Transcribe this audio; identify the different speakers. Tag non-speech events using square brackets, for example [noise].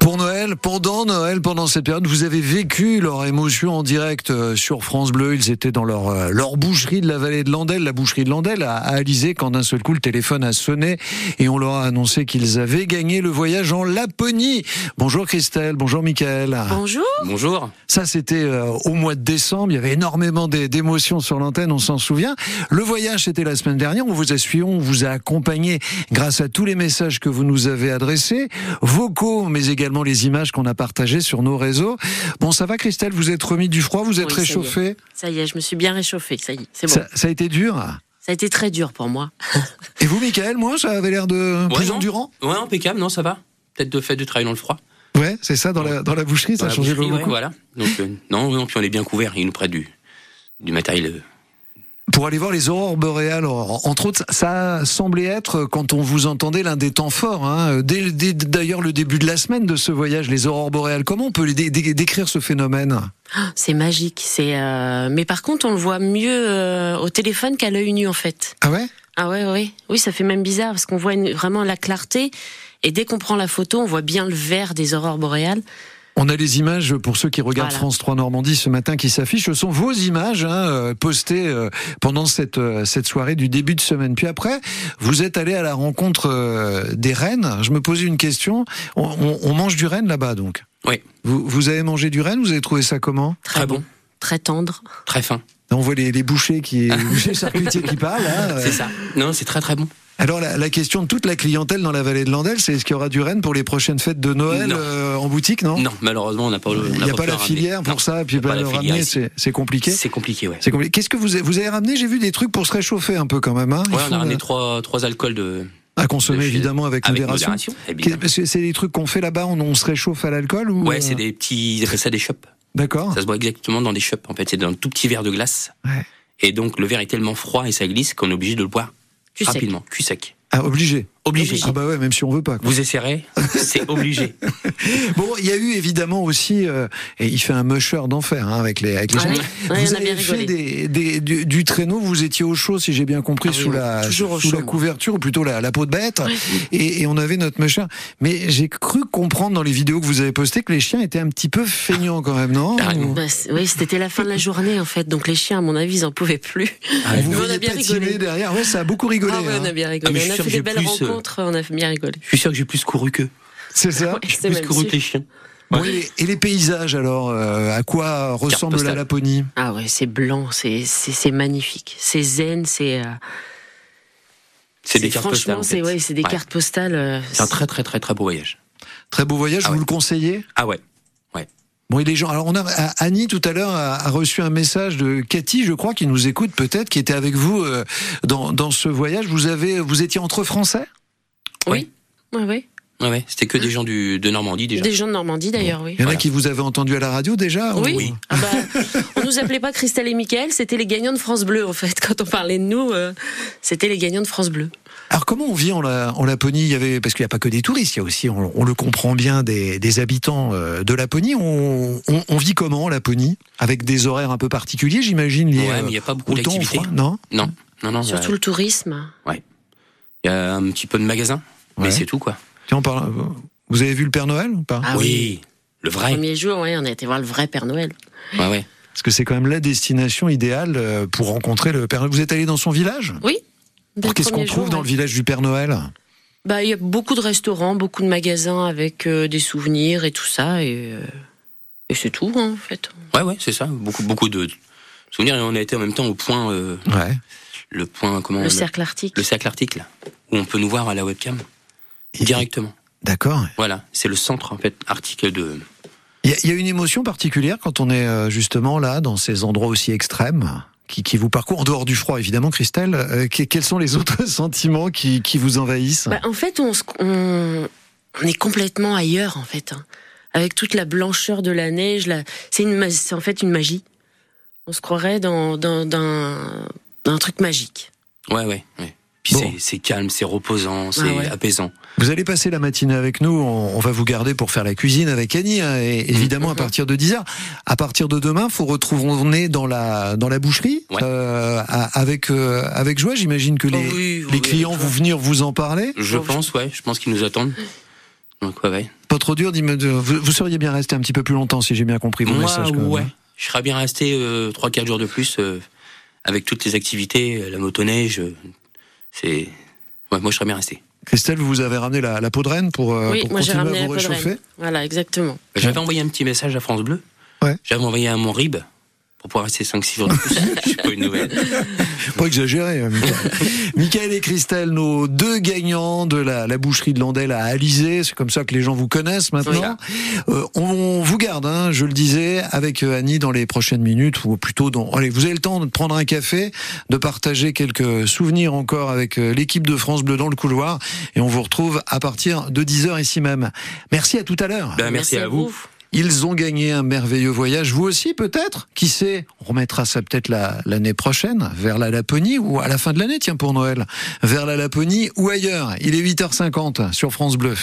Speaker 1: Pour Noël, pendant Noël, pendant cette période, vous avez vécu leur émotion en direct euh, sur France Bleu. Ils étaient dans leur, euh, leur boucherie de la vallée de Landel, la boucherie de Landel à, à Alizé, quand d'un seul coup le téléphone a sonné et on leur a annoncé qu'ils avaient gagné le voyage en Laponie. Bonjour Christelle, bonjour Michael.
Speaker 2: Ah.
Speaker 3: Bonjour.
Speaker 2: Bonjour.
Speaker 1: Ça, c'était euh, au mois de décembre. Il y avait énormément d'é- d'émotions sur l'antenne, on s'en souvient. Le voyage, c'était la semaine dernière. On vous a suivi, on vous a accompagné grâce à tous les messages que vous nous avez adressés, vocaux, mais également les images qu'on a partagées sur nos réseaux. Bon, ça va, Christelle Vous êtes remis du froid Vous êtes
Speaker 3: Oui, ça y est.
Speaker 1: réchauffée
Speaker 3: Ça y est, je me suis bien réchauffée. Ça y est, c'est bon.
Speaker 1: ça,
Speaker 3: Ça...
Speaker 1: ça a été dur
Speaker 3: a été très dur pour moi.
Speaker 1: Et vous, Michael, moi, ça avait l'air de plus
Speaker 2: non
Speaker 1: endurant
Speaker 2: Ouais, impeccable, non, ça va. Peut-être de fait de travail dans le froid.
Speaker 1: Ouais, c'est ça, dans, la, dans la boucherie, ça
Speaker 2: Dans
Speaker 1: a
Speaker 2: la
Speaker 1: changé
Speaker 2: boucherie,
Speaker 1: le
Speaker 2: ouais, Voilà. Donc, euh, non, non, puis on est bien couvert. Ils nous prêtent du, du matériel. euh,
Speaker 1: Pour aller voir les aurores boréales, or- entre autres, ça a semblé être, euh, quand on vous entendait, l'un des temps forts. hein. Dès le- dès- D'ailleurs, le début de la semaine de ce voyage, les aurores boréales, comment on peut les dé- dé- décrire ce phénomène
Speaker 3: Ah, C'est magique. C'est. euh, Mais par contre, on le voit mieux euh, au téléphone qu'à l'œil nu, en fait.
Speaker 1: Ah ouais
Speaker 3: Ah ouais, ouais, ouais. Oui, ça fait même bizarre parce qu'on voit une- vraiment la clarté. Et dès qu'on prend la photo, on voit bien le vert des aurores boréales.
Speaker 1: On a les images pour ceux qui regardent
Speaker 3: Voilà.
Speaker 1: France 3 Normandie ce matin qui s'affichent. Ce sont vos images hein, euh, postées euh, pendant cette, euh, cette soirée du début de semaine. Puis après, vous êtes allé à la rencontre euh, des rennes. Je me posais une question. On, on- on mange du renne là-bas, donc
Speaker 2: Ouais.
Speaker 1: Vous, vous avez mangé du renne Vous avez trouvé ça comment
Speaker 3: Très,
Speaker 2: Très
Speaker 3: bon.
Speaker 2: Ah bon.
Speaker 3: Très tendre.
Speaker 2: Très fin.
Speaker 1: On voit les, les bouchers
Speaker 2: [laughs]
Speaker 1: qui, les bouchers charcutiers qui parlent. hein.
Speaker 2: C'est ça. Non, c'est très très bon.
Speaker 1: Alors la, la question de toute la clientèle dans la vallée de Landel, c'est est-ce qu'il y aura du renne pour les prochaines fêtes de Noël
Speaker 2: Non.
Speaker 1: euh, en boutique, non
Speaker 2: Non, malheureusement, on n'a pas. on
Speaker 1: Il n'y
Speaker 2: n'a
Speaker 1: a pas
Speaker 2: pu
Speaker 1: la
Speaker 2: ramener.
Speaker 1: filière pour
Speaker 2: Non,
Speaker 1: ça, et puis
Speaker 2: il n'y a
Speaker 1: bah,
Speaker 2: pas
Speaker 1: le
Speaker 2: la
Speaker 1: ramener,
Speaker 2: filière ici.
Speaker 1: c'est c'est compliqué.
Speaker 2: C'est compliqué, ouais.
Speaker 1: C'est compliqué. Qu'est-ce que vous avez, vous avez ramené J'ai vu des trucs pour se réchauffer un peu quand même. Hein. Ils
Speaker 2: Ouais, on
Speaker 1: font,
Speaker 2: a ramené
Speaker 1: euh,
Speaker 2: trois, trois alcools de.
Speaker 1: à consommer
Speaker 2: de chez-
Speaker 1: évidemment avec,
Speaker 2: Avec
Speaker 1: modération.
Speaker 2: modération, Eh
Speaker 1: Qu'est-
Speaker 2: évidemment.
Speaker 1: parce que C'est des trucs qu'on fait là-bas, on, on se réchauffe à l'alcool ou euh,
Speaker 2: Ouais, c'est des petits. Ils appellent ça des shops.
Speaker 1: D'accord.
Speaker 2: Ça se boit exactement dans des shops, en fait. C'est dans un tout petit verre de glace.
Speaker 1: Ouais.
Speaker 2: Et donc, le verre est tellement froid et ça glisse qu'on est obligé de le boire
Speaker 3: Tu sais.
Speaker 2: rapidement, cul sec.
Speaker 1: Ah, obligé.
Speaker 2: Obligé.
Speaker 1: Ah bah ouais, même si on veut pas. quoi.
Speaker 2: Vous essayerez,
Speaker 3: [laughs]
Speaker 2: c'est obligé.
Speaker 1: Bon, il y a eu évidemment aussi, euh, et il fait un musher d'enfer hein, avec les, avec les
Speaker 3: Ah
Speaker 1: gens.
Speaker 3: oui, oui,
Speaker 1: vous
Speaker 3: on a
Speaker 1: avez
Speaker 3: bien
Speaker 1: fait des,
Speaker 3: rigolé.
Speaker 1: des- du, du traîneau, vous étiez au chaud, si j'ai bien compris,
Speaker 3: Ah oui,
Speaker 1: sous,
Speaker 3: oui,
Speaker 1: la,
Speaker 3: toujours au
Speaker 1: sous
Speaker 3: chaud,
Speaker 1: la
Speaker 3: moi.
Speaker 1: couverture, ou plutôt la, la peau de bête, et, et on avait notre musher. Mais j'ai cru comprendre dans les vidéos que vous avez postées que les chiens étaient un petit peu feignants quand même, non
Speaker 2: Carrément.
Speaker 1: Ou-
Speaker 3: Bah, c'est- oui, c'était la fin de la journée, en fait. Donc les chiens, à mon avis, ils n'en pouvaient plus.
Speaker 2: Ah,
Speaker 1: Vous
Speaker 3: on a
Speaker 1: voyez
Speaker 3: bien
Speaker 1: patiner
Speaker 3: rigolé.
Speaker 1: derrière, ouais, ça a beaucoup rigolé.
Speaker 3: ah ouais, on
Speaker 1: hein.
Speaker 3: a bien
Speaker 2: Ah,
Speaker 3: rigolé.
Speaker 2: mais je suis
Speaker 3: on a
Speaker 2: sûr
Speaker 3: fait
Speaker 2: que
Speaker 3: des
Speaker 2: j'ai
Speaker 3: belles
Speaker 2: plus, euh,
Speaker 3: rencontres, on a bien rigolé.
Speaker 2: Je suis sûr que j'ai plus couru qu'eux.
Speaker 1: C'est ça.
Speaker 3: Ouais,
Speaker 2: J'ai
Speaker 3: c'est
Speaker 2: plus
Speaker 3: mal
Speaker 2: couru
Speaker 3: su.
Speaker 2: que les chiens.
Speaker 1: Bon, et, et les paysages alors, euh, à quoi ressemble la
Speaker 2: postale.
Speaker 1: Laponie
Speaker 3: Ah ouais, c'est blanc, c'est c'est c'est magnifique, c'est zen, c'est. euh,
Speaker 2: C'est des cartes postales.
Speaker 3: Franchement,
Speaker 2: en
Speaker 3: c'est
Speaker 2: fait.
Speaker 3: ouais, c'est des
Speaker 2: Ouais.
Speaker 3: cartes postales. euh,
Speaker 2: C'est un très très très très beau voyage.
Speaker 1: Très beau voyage,
Speaker 2: Ah
Speaker 1: vous
Speaker 2: ouais.
Speaker 1: le conseillez
Speaker 2: Ah ouais.
Speaker 1: Bon, et les gens. Alors, on a à- Annie tout à l'heure a, a reçu un message de Cathy, je crois, qui nous écoute peut-être, qui était avec vous euh, dans, dans ce voyage. Vous avez, vous étiez entre Français.
Speaker 3: Oui. Ouais, ouais.
Speaker 2: Ouais, ouais. C'était que des gens du, de Normandie déjà.
Speaker 3: Des gens de Normandie d'ailleurs,
Speaker 1: Il
Speaker 3: oui.
Speaker 1: y en a
Speaker 2: Voilà.
Speaker 1: qui vous avaient entendu à la radio déjà.
Speaker 3: Oui.
Speaker 1: ou-
Speaker 3: Ah bah,
Speaker 1: [laughs]
Speaker 3: on nous appelait pas Christelle et Michael, c'était les gagnants de France Bleu en fait. Quand on parlait de nous, euh, c'était les gagnants de France Bleu.
Speaker 1: Alors, comment on vit en, La- en Laponie Il y avait parce qu'il n'y a pas que des touristes. Il y a aussi, on, on le comprend bien, des, des habitants euh, de Laponie. On, on, on vit comment en Laponie Avec des horaires un peu particuliers, j'imagine. liés,
Speaker 2: Ouais, mais il
Speaker 1: euh,
Speaker 2: n'y a pas beaucoup
Speaker 1: au temps, au
Speaker 2: d'activités.
Speaker 1: froid, non
Speaker 2: Non, non, non. il y a-
Speaker 3: Surtout le tourisme.
Speaker 2: Il y a un petit peu de magasins,
Speaker 1: Ouais.
Speaker 2: mais c'est tout quoi.
Speaker 1: Tiens, on parle. Vous avez vu le Père Noël ou pas
Speaker 3: Ah oui.
Speaker 2: Le vrai.
Speaker 3: Premier jour, ouais, on a été voir le vrai Père Noël.
Speaker 2: Ouais, ouais.
Speaker 1: Parce que c'est quand même la destination idéale euh, pour rencontrer le Père Noël. Vous êtes allé dans son village
Speaker 3: Oui. Dès
Speaker 1: Alors,
Speaker 3: le
Speaker 1: Qu'est-ce qu'on
Speaker 3: premier
Speaker 1: trouve
Speaker 3: jour,
Speaker 1: dans
Speaker 3: ouais.
Speaker 1: le village du Père Noël
Speaker 3: Bah, il y a beaucoup de restaurants, beaucoup de magasins avec euh, des souvenirs et tout ça et, euh, et c'est tout hein, en fait.
Speaker 2: Ouais, ouais, c'est ça. Beaucoup, beaucoup de souvenirs. Et on a été en même temps au point, euh,
Speaker 1: Ouais.
Speaker 2: le point, comment on
Speaker 3: Le
Speaker 2: a-
Speaker 3: cercle arctique.
Speaker 2: le cercle arctique, là, où on peut nous voir à la webcam directement.
Speaker 1: D'accord.
Speaker 2: Voilà, c'est le centre en fait arctique de.
Speaker 1: Il y, a- il y a une émotion particulière quand on est euh, justement là, dans ces endroits aussi extrêmes qui, qui vous parcourent, en dehors du froid évidemment, Christelle. euh, que- quels sont les autres [laughs] sentiments qui, qui vous envahissent
Speaker 3: Bah, en fait, on, se- on, on est complètement ailleurs, en fait. hein. Avec toute la blancheur de la neige, la- c'est une ma- c'est en fait une magie. On se croirait dans, dans, d'un- d'un truc magique.
Speaker 2: Ouais, ouais, ouais. Puis
Speaker 1: Bon.
Speaker 2: c'est- c'est calme, c'est reposant, c'est
Speaker 3: Ah ouais. Oh
Speaker 2: apaisant.
Speaker 1: Vous allez passer la matinée avec nous. On, on va vous garder pour faire la cuisine avec Annie, hein, et évidemment à
Speaker 3: Mhm.
Speaker 1: partir de 10h. À partir de demain, faut retrouver dans la dans la boucherie
Speaker 2: Ouais.
Speaker 1: euh, à- avec euh, avec joie. J'imagine que les,
Speaker 3: Oh oui, oui,
Speaker 1: les
Speaker 3: oui,
Speaker 1: clients
Speaker 3: avec
Speaker 1: vont venir vous en parler.
Speaker 2: Je
Speaker 3: Oh,
Speaker 2: pense, ouais, je pense qu'ils nous attendent. Donc, ouais, ouais.
Speaker 1: Pas trop dur, dis-moi, de- euh, vous, vous seriez bien resté un petit peu plus longtemps si j'ai bien compris vos
Speaker 2: Moi,
Speaker 1: messages. quand même,
Speaker 2: ouais.
Speaker 1: hein.
Speaker 2: Je serais bien resté 3-4 jours de plus euh, avec toutes les activités, euh, la motoneige. euh, c'est. Ouais, moi, je serais bien resté.
Speaker 1: Christelle, vous avez ramené la, la peau de renne pour, euh,
Speaker 3: oui,
Speaker 1: pour
Speaker 3: moi j'ai
Speaker 1: continuer
Speaker 3: ramené
Speaker 1: à
Speaker 3: la
Speaker 1: vous
Speaker 3: peau de
Speaker 1: réchauffer
Speaker 3: renne. Voilà, exactement.
Speaker 2: J'avais envoyé un petit message à France Bleu.
Speaker 1: Ouais.
Speaker 2: J'avais envoyé à Montrib pour pouvoir rester 5-6 jours
Speaker 1: [laughs]
Speaker 2: de plus. J'ai pas eu de nouvelles.
Speaker 1: Pas exagéré. hein, Michael. Michael et Christelle, nos deux gagnants de la, la boucherie de Landel à Alizé, c'est comme ça que les gens vous connaissent maintenant. Euh, on, on vous garde, hein, je le disais, avec euh, Annie dans les prochaines minutes, ou plutôt dans... Allez, vous avez le temps de prendre un café, de partager quelques souvenirs encore avec euh, l'équipe de France Bleu dans le couloir, et on vous retrouve à partir de 10h ici même. Merci à tout à l'heure.
Speaker 2: Ben, merci, à vous.
Speaker 1: Ils ont gagné un merveilleux voyage, vous aussi peut-être Qui sait On remettra ça peut-être la- l'année prochaine, vers la Laponie, ou à la fin de l'année, tiens, pour Noël, vers la Laponie ou ailleurs. Il est 8h50 sur France Bleu.